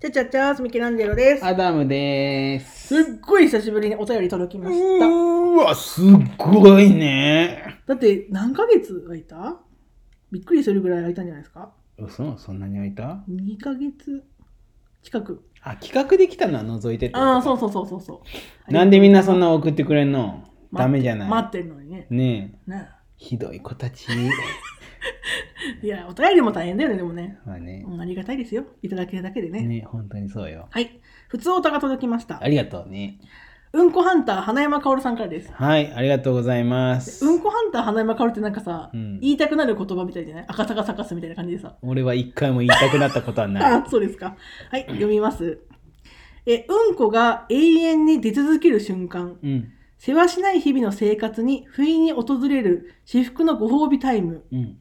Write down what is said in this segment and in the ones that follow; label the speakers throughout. Speaker 1: ちゃちゃちゃーす、ミケランジェロです。
Speaker 2: アダムでーす。
Speaker 1: すっごい久しぶりにお便り届きました。
Speaker 2: ーわ、すごいね。
Speaker 1: だって何ヶ月空いたびっくりするぐらい空いたんじゃないですか
Speaker 2: 嘘そんなに空いた
Speaker 1: ?2 ヶ月近く。
Speaker 2: あ、企画できたのは覗いてた。
Speaker 1: ああ、そうそうそうそうそう。
Speaker 2: なんでみんなそんな送ってくれんのダメじゃない。
Speaker 1: 待ってんのにね。
Speaker 2: ねえ、
Speaker 1: ね
Speaker 2: ひどい子たち。
Speaker 1: いや、お便りも大変だよね、でもね。
Speaker 2: まあね
Speaker 1: う。ん、ありがたいですよ。いただけるだけでね。
Speaker 2: ね本当にそうよ。
Speaker 1: はい。普通おたが届きました
Speaker 2: あ。りがとうね。
Speaker 1: うんこハンター、花山薫さんからです。
Speaker 2: はい、ありがとうございます。
Speaker 1: うんこハンター、花山薫ってなんかさ、
Speaker 2: うん
Speaker 1: 言いたくなる言葉みたいじゃない赤坂サカスみたいな感じでさ。
Speaker 2: 俺は一回も言いたくなったことはない。
Speaker 1: あそうですか。はい、読みます。え、うんこが永遠に出続ける瞬間、
Speaker 2: うん、
Speaker 1: 世話しない日々の生活に不意に訪れる至福のご褒美タイム。
Speaker 2: うん、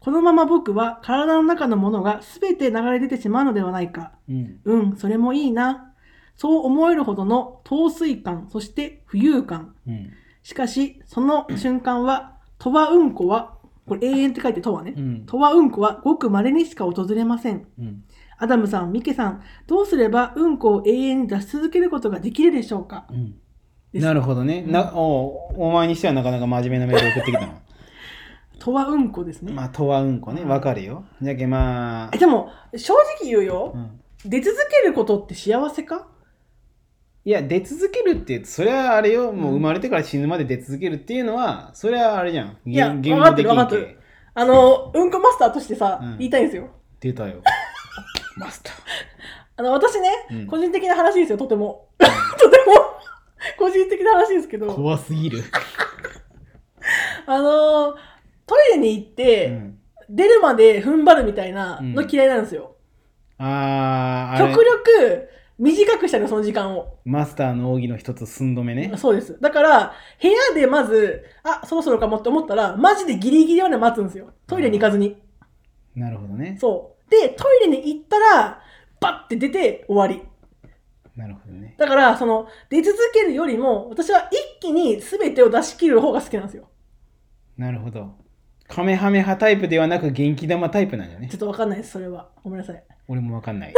Speaker 1: このまま僕は体の中のものが全て流れ出てしまうのではないか。
Speaker 2: うん。
Speaker 1: うん、それもいいな。そう思えるほどの陶酔感、そして浮遊感。
Speaker 2: うん、
Speaker 1: しかし、その瞬間は、とわうんこは、これ永遠って書いてとわ
Speaker 2: う
Speaker 1: ね。
Speaker 2: ん、
Speaker 1: とわうんこはごく稀にしか訪れません。
Speaker 2: うん、
Speaker 1: アダムさん、ミケさん、どうすればうんこを永遠に出し続けることができるでしょうか
Speaker 2: うん。
Speaker 1: です
Speaker 2: なるほどね。なおうお前にしてはなかなか真面目なメール送ってきたの。
Speaker 1: とはうんこですね。
Speaker 2: まあ、とはうんこね、わかるよ。じゃけまあ
Speaker 1: え、でも、正直言うよ、
Speaker 2: うん
Speaker 1: 出続けることって幸せか
Speaker 2: いや、出続けるって、それはあれよ、もう生まれてから死ぬまで出続けるっていうのは、それはあれじゃん。
Speaker 1: いや
Speaker 2: 現
Speaker 1: わかってるわ
Speaker 2: 現物
Speaker 1: かってるあの、うんこマスターとしてさ、
Speaker 2: うん
Speaker 1: 言いたいんですよ。
Speaker 2: 出 たよ。マスター。
Speaker 1: あの、私ね、
Speaker 2: うん
Speaker 1: 個人的な話ですよ、とても。 とても。個人的な話ですけど、
Speaker 2: 怖すぎる。
Speaker 1: あの、トイレに行っ
Speaker 2: う
Speaker 1: て、
Speaker 2: ん、
Speaker 1: 出るまで踏ん張るみたいなの嫌いなんですよ。
Speaker 2: あー、あれ
Speaker 1: 極力、短くしたの、その時間を。
Speaker 2: マスターの奥義の一つ、寸止めね。
Speaker 1: そうです。だから、部屋でまず、あ、そろそろかもって思ったら、マジでギリギリまで待つんですよ。トイレに行かずに。
Speaker 2: なるほどね。
Speaker 1: そう。で、トイレに行ったら、バッて出て終わり。
Speaker 2: なるほどね。
Speaker 1: だから、その、出続けるよりも、私は一気に全てを出し切る方が好きなんですよ。
Speaker 2: なるほど。カメハメハタイプではなく、元気玉タイプなんだね
Speaker 1: ちょ。っとわかんないです、それは。ごめんなさい。
Speaker 2: 俺もわかんない。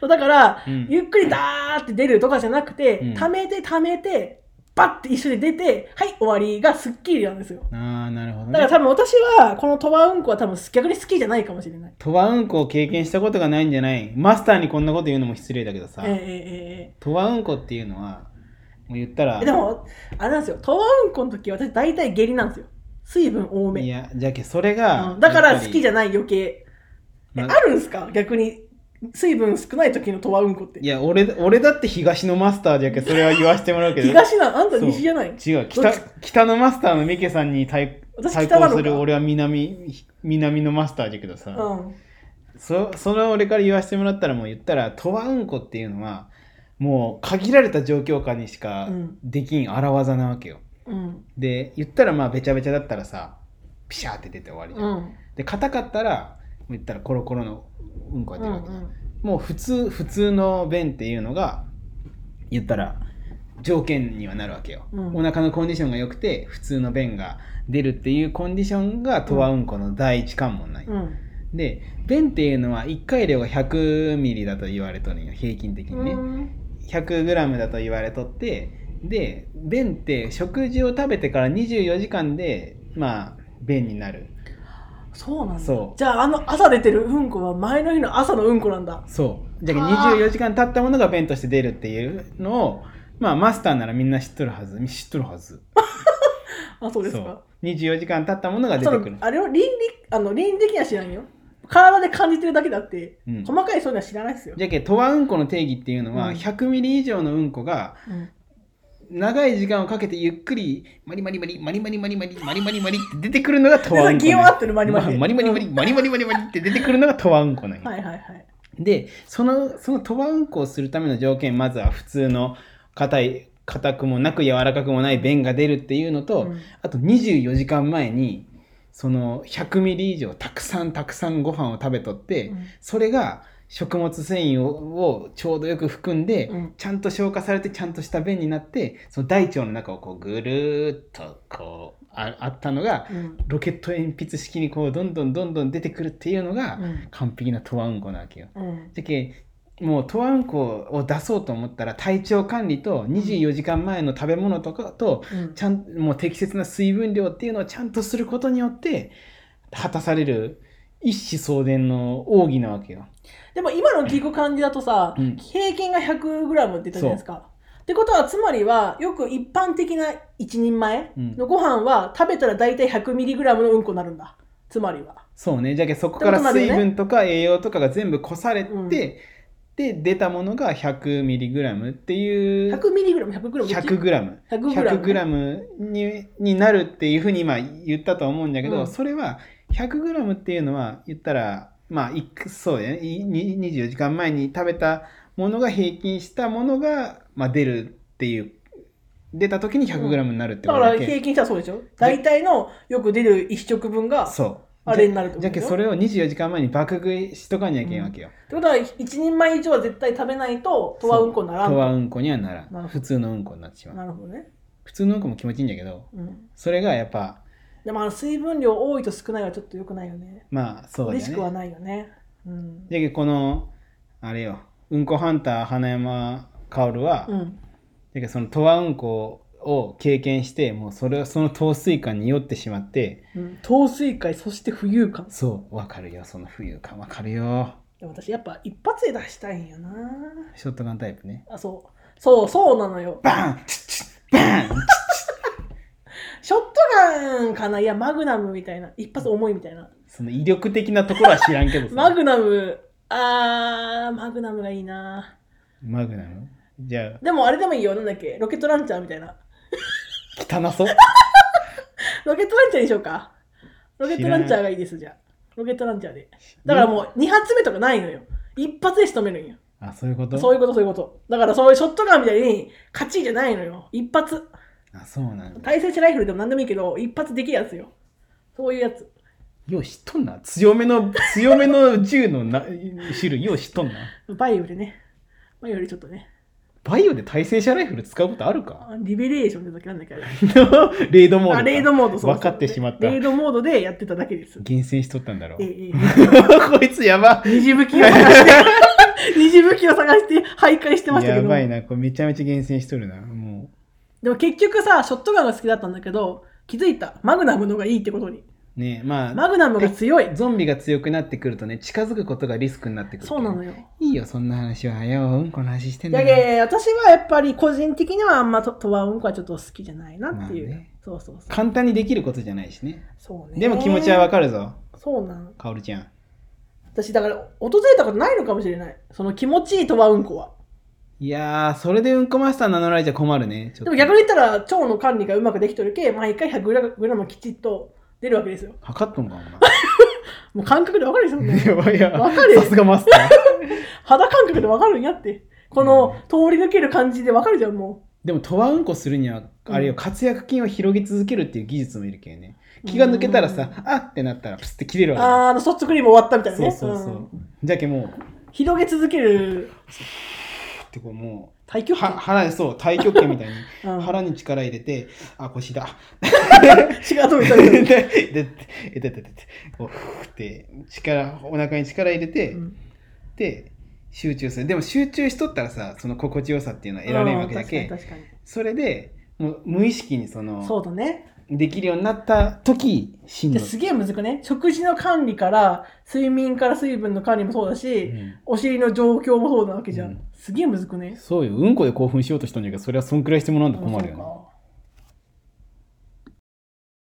Speaker 1: そうだから、
Speaker 2: うん
Speaker 1: ゆっくりダーって出るとかじゃなくて、
Speaker 2: うん
Speaker 1: 溜めて溜めて、バッて一緒に出て、はい、終わりがスッキリなんですよ。
Speaker 2: あー、なるほど
Speaker 1: だから
Speaker 2: ね。
Speaker 1: 多分私は、このトワウンコは多分逆に好きじゃないかもしれない。
Speaker 2: とはうんこを経験したことがないんじゃないマスターにこんなこと言うのも失礼だけどさ。
Speaker 1: ええええええ
Speaker 2: とわうんこっていうのはもう言ったら
Speaker 1: えでもあれなんですよトワウンコの時私大体下痢なんですよ水分多
Speaker 2: い
Speaker 1: め、
Speaker 2: やじゃけそれが、
Speaker 1: うんだから好きじ
Speaker 2: ゃ
Speaker 1: ゃない余計、え
Speaker 2: な
Speaker 1: あるんすか逆に水分少ない時のトワウンコって
Speaker 2: いや俺俺だって東のマスターじゃけそれは言わせてもらうけど
Speaker 1: 東なのあんた
Speaker 2: そう
Speaker 1: 西じゃない
Speaker 2: 違う
Speaker 1: どっ
Speaker 2: 北
Speaker 1: ち
Speaker 2: 北のマスターのミケさんに対
Speaker 1: 私
Speaker 2: 対
Speaker 1: 北なの
Speaker 2: 抗
Speaker 1: か
Speaker 2: する俺は南南のマスターじゃけどさ、
Speaker 1: うん
Speaker 2: そその俺から言わせてもらったらもう言ったらとわうんこっていうのはもう限られた状況下にしか
Speaker 1: うん
Speaker 2: できん荒技なわけよ、
Speaker 1: うん
Speaker 2: で言ったらまあべちゃべちゃだったらさピシャーって出て終わりじゃん
Speaker 1: うん
Speaker 2: で硬かったら言ったらコロコロのうんこが
Speaker 1: う
Speaker 2: 出るわ
Speaker 1: ん
Speaker 2: けだ、もう普通普通の便っていうのが言ったら条件にはなるわけよ、
Speaker 1: うん
Speaker 2: お腹のコンディションが良くて普通の便が出るっていうコンディションがとわうんこの第一関門ない、
Speaker 1: うん
Speaker 2: で便っていうのは1回量が100ミリだと言われとるんよ平均的にね、
Speaker 1: うん
Speaker 2: 100g だと言われとってで便って食事を食べてから24時間でまあ便になる
Speaker 1: そうなんだ
Speaker 2: そう
Speaker 1: じゃああの朝出てるうんこは前の日の朝のうんこなんだ
Speaker 2: そう。じゃ
Speaker 1: あー
Speaker 2: あ24時間経ったものが弁として出るっていうのを、まあマスターならみんな知っとるはず。知っとるはず。
Speaker 1: あそうですか
Speaker 2: 24時間経ったものが出
Speaker 1: そ
Speaker 2: て
Speaker 1: の
Speaker 2: くる。
Speaker 1: あれは倫理あの倫理的には知らんよ体で感じてるだけだって、
Speaker 2: うん
Speaker 1: 細かいそういうのは知らないですよ
Speaker 2: じゃけとわうんこの定義っていうのは、
Speaker 1: うん
Speaker 2: 100ミリ以上のうんこが
Speaker 1: うん
Speaker 2: 長い時間をかけてゆっくりマリマリマリマリマリマリマリマリマリマリって出てくるのがとわうんこ
Speaker 1: 気
Speaker 2: なん
Speaker 1: 温
Speaker 2: や。
Speaker 1: 合ってるマリマリで
Speaker 2: まあマリマリマリマリマリマリマリって出てくるのがとわうんこなんや
Speaker 1: はいはいはい。
Speaker 2: でそのそのとばうんこをするための条件まずは普通の硬い硬くもなく柔らかくもない便が出るっていうの
Speaker 1: う
Speaker 2: と、
Speaker 1: ん
Speaker 2: あと24時間前にその100ミリ以上たくさんたくさんご飯を食べとって、
Speaker 1: うん
Speaker 2: それが食物繊維ををちょうどよく含んで、
Speaker 1: うん
Speaker 2: ちゃんと消化されてちゃんとした便になってその大腸の中をこうぐるーっとこうああったのが
Speaker 1: うん
Speaker 2: ロケット鉛筆式にこうどんどんどんどん出てくるっていうのが、
Speaker 1: うん
Speaker 2: 完璧なとわうんこなわけよ。
Speaker 1: うん
Speaker 2: だけもうトワウンコを出そうと思ったら体調管理と24時間前の食べ物とかと
Speaker 1: うん
Speaker 2: ちゃんもう適切な水分量っていうのをちゃんとすることによって果たされる一子相伝の奥義なわけよ。
Speaker 1: でも今の聞く感じだとさ、
Speaker 2: うん
Speaker 1: 平均が 100g って言ったじゃないですか。ってことはつまりはよく一般的な一人前
Speaker 2: うん
Speaker 1: のご飯は食べたら大体 100mg のうんこになるんだつまりは
Speaker 2: そうねじゃけそこから
Speaker 1: ってことなん
Speaker 2: 水
Speaker 1: だよね
Speaker 2: 分とか栄養とかが全部こされて、
Speaker 1: うん
Speaker 2: で出たものが 100mg っていう
Speaker 1: 100mg100g
Speaker 2: 100g。
Speaker 1: 100g ね
Speaker 2: 100g にになるっていうふうに今言ったと思うんだけど、
Speaker 1: うん
Speaker 2: それは 100g っていうのは言ったらまあいくそうだよねいに24時間前に食べたものが平均したものが、まあ、出るっていう出た時に 100g になるって
Speaker 1: だ
Speaker 2: こ
Speaker 1: か
Speaker 2: とだ
Speaker 1: ら
Speaker 2: け、
Speaker 1: 平均したらそうでしょ大体のよく出る一食分が
Speaker 2: そう
Speaker 1: あれになるってこと
Speaker 2: じゃじゃけ
Speaker 1: でしょ
Speaker 2: それを24時間前に爆食いしとかにゃいけんわけよ、
Speaker 1: ってことは一人前以上は絶対食べないととはうんこにならん
Speaker 2: と
Speaker 1: と
Speaker 2: はうんこにはな
Speaker 1: な
Speaker 2: ら
Speaker 1: るほ
Speaker 2: ん
Speaker 1: ど
Speaker 2: 普通のうんこになってしまう
Speaker 1: なるほどね、
Speaker 2: 普通のうんこも気持ちいいんだけど
Speaker 1: うん、
Speaker 2: それがやっぱ
Speaker 1: でもあの水分量多いと少ないはちょっと良くないよね
Speaker 2: まあそうだよ
Speaker 1: 嬉し
Speaker 2: ね
Speaker 1: くはないよね、うん
Speaker 2: でこのあれようんこハンター花山薫は、
Speaker 1: うん、
Speaker 2: でそのトワうんこを経験してもうそれをその糖水感に酔ってしまって
Speaker 1: うん、糖水会そして浮遊感
Speaker 2: そうわかるよその浮遊感わかるよ
Speaker 1: でも私やっぱ一発で出したいんよな
Speaker 2: ショットガンタイプね
Speaker 1: あそうそうそうなのよ
Speaker 2: バンチッチッバンチッ
Speaker 1: ショットガンかないやマグナムみたいな一発重いみたいな
Speaker 2: その威力的なところは知らんけど さ
Speaker 1: マグナムあーマグナムがいいな
Speaker 2: マグナムじゃ
Speaker 1: でもあれでもいいよなんだっけロケットランチャーみたいな
Speaker 2: あ汚そう
Speaker 1: ロケットランチャーにしようかロケットランチャーがいいですじゃあロケットランチャーでだからもう2発目とかないのよ一発で仕留めるんよ
Speaker 2: あそういうこと
Speaker 1: そういうことそういうことだからそういうショットガンみたいに勝ちじゃないのよ一発
Speaker 2: あそうなんだ
Speaker 1: 対戦車ライフルでも何でもいいけど一発できるやつよそういうやつ
Speaker 2: よう知っとんな強めの強めの銃のな種類よう知っとんな
Speaker 1: バイオでねバイオでちょっとね
Speaker 2: バイオで対戦車ライフル使うことあるか
Speaker 1: あリベレーションってだけなんだけど
Speaker 2: レイドモードか
Speaker 1: あレイドモード
Speaker 2: 分かってしまった
Speaker 1: レイドモードでやってただけ です
Speaker 2: 厳選しとったんだろう
Speaker 1: ええええ
Speaker 2: こいつやば
Speaker 1: 二次武器を探 して、二次武器を探して徘徊してましたけ
Speaker 2: や
Speaker 1: ど
Speaker 2: ばい
Speaker 1: も。
Speaker 2: なこれめちゃめちゃ厳選しとるなも
Speaker 1: でも結局さ、ショットガンが好きだったんだけど、気づいた。マグナムの方がいいってことに。
Speaker 2: うねまあ、
Speaker 1: マグナムが強い。
Speaker 2: ゾンビが強くなってくるとね近づくことがリスクになってくる
Speaker 1: そうなの
Speaker 2: よ
Speaker 1: よ。
Speaker 2: いいよそんな話はようんこの話してんだ
Speaker 1: だ
Speaker 2: から
Speaker 1: けど私はやっぱり個人的にはあんまととはうんこはちょっと好きじゃないなっていう。
Speaker 2: まあね
Speaker 1: そうそうそう。
Speaker 2: 簡単にできることじゃないしね
Speaker 1: そうね。
Speaker 2: でも気持ちはわかるぞ
Speaker 1: そうなん。
Speaker 2: かおるちゃん
Speaker 1: 私だから訪れたことないのかもしれない。その気持ちいいとはうんこは。
Speaker 2: いやーそれでうんこマスター名乗られちゃ困るねち
Speaker 1: で
Speaker 2: ょっと
Speaker 1: も逆に言ったら腸の管理がうまくできてるけ、毎回 100g きちっと出るわけですよ。
Speaker 2: 測っとんかお
Speaker 1: もう感覚でわかるですよね
Speaker 2: 前。 やばいや
Speaker 1: わかる
Speaker 2: さすがマスター
Speaker 1: 肌感覚でわかるんやってこの通り抜ける感じでわかるじゃんも
Speaker 2: でもとわうんこするにはあれよ、
Speaker 1: うん
Speaker 2: 活躍筋を広げ続けるっていう技術もいるけんね気が抜けたらさ、あってなったらプスって切れる
Speaker 1: う
Speaker 2: わけよ
Speaker 1: あーあのソフトクリーム終わったみたいな
Speaker 2: そう
Speaker 1: ね
Speaker 2: そうそう、
Speaker 1: ん
Speaker 2: じゃけもう
Speaker 1: 広げ続ける
Speaker 2: ってこうも
Speaker 1: 耐
Speaker 2: う
Speaker 1: 久
Speaker 2: は
Speaker 1: 感
Speaker 2: 腹にそう太極拳みたいに、
Speaker 1: うん
Speaker 2: 腹に力入れてあ腰 だ
Speaker 1: 血が飛び
Speaker 2: で
Speaker 1: たり
Speaker 2: でででででこうふーって力お腹に力入れて、
Speaker 1: うん
Speaker 2: で集中するでも集中しとったらさその心地よさっていうのは得られるわけだけ、
Speaker 1: うん確かに確か
Speaker 2: それでもう無意識にそ
Speaker 1: に
Speaker 2: の
Speaker 1: そうだね
Speaker 2: できるようになった時しん
Speaker 1: じ
Speaker 2: ど
Speaker 1: ゃ
Speaker 2: い
Speaker 1: あすげえ難くね食事の管理から睡眠から水分の管理もそうだし、
Speaker 2: うん
Speaker 1: お尻の状況もそうなわけじゃん、
Speaker 2: うん
Speaker 1: すげえ難くね
Speaker 2: そうよ、うんこで興奮しようとしたんだけど、それはそんくらいしてもらうんと困るよね。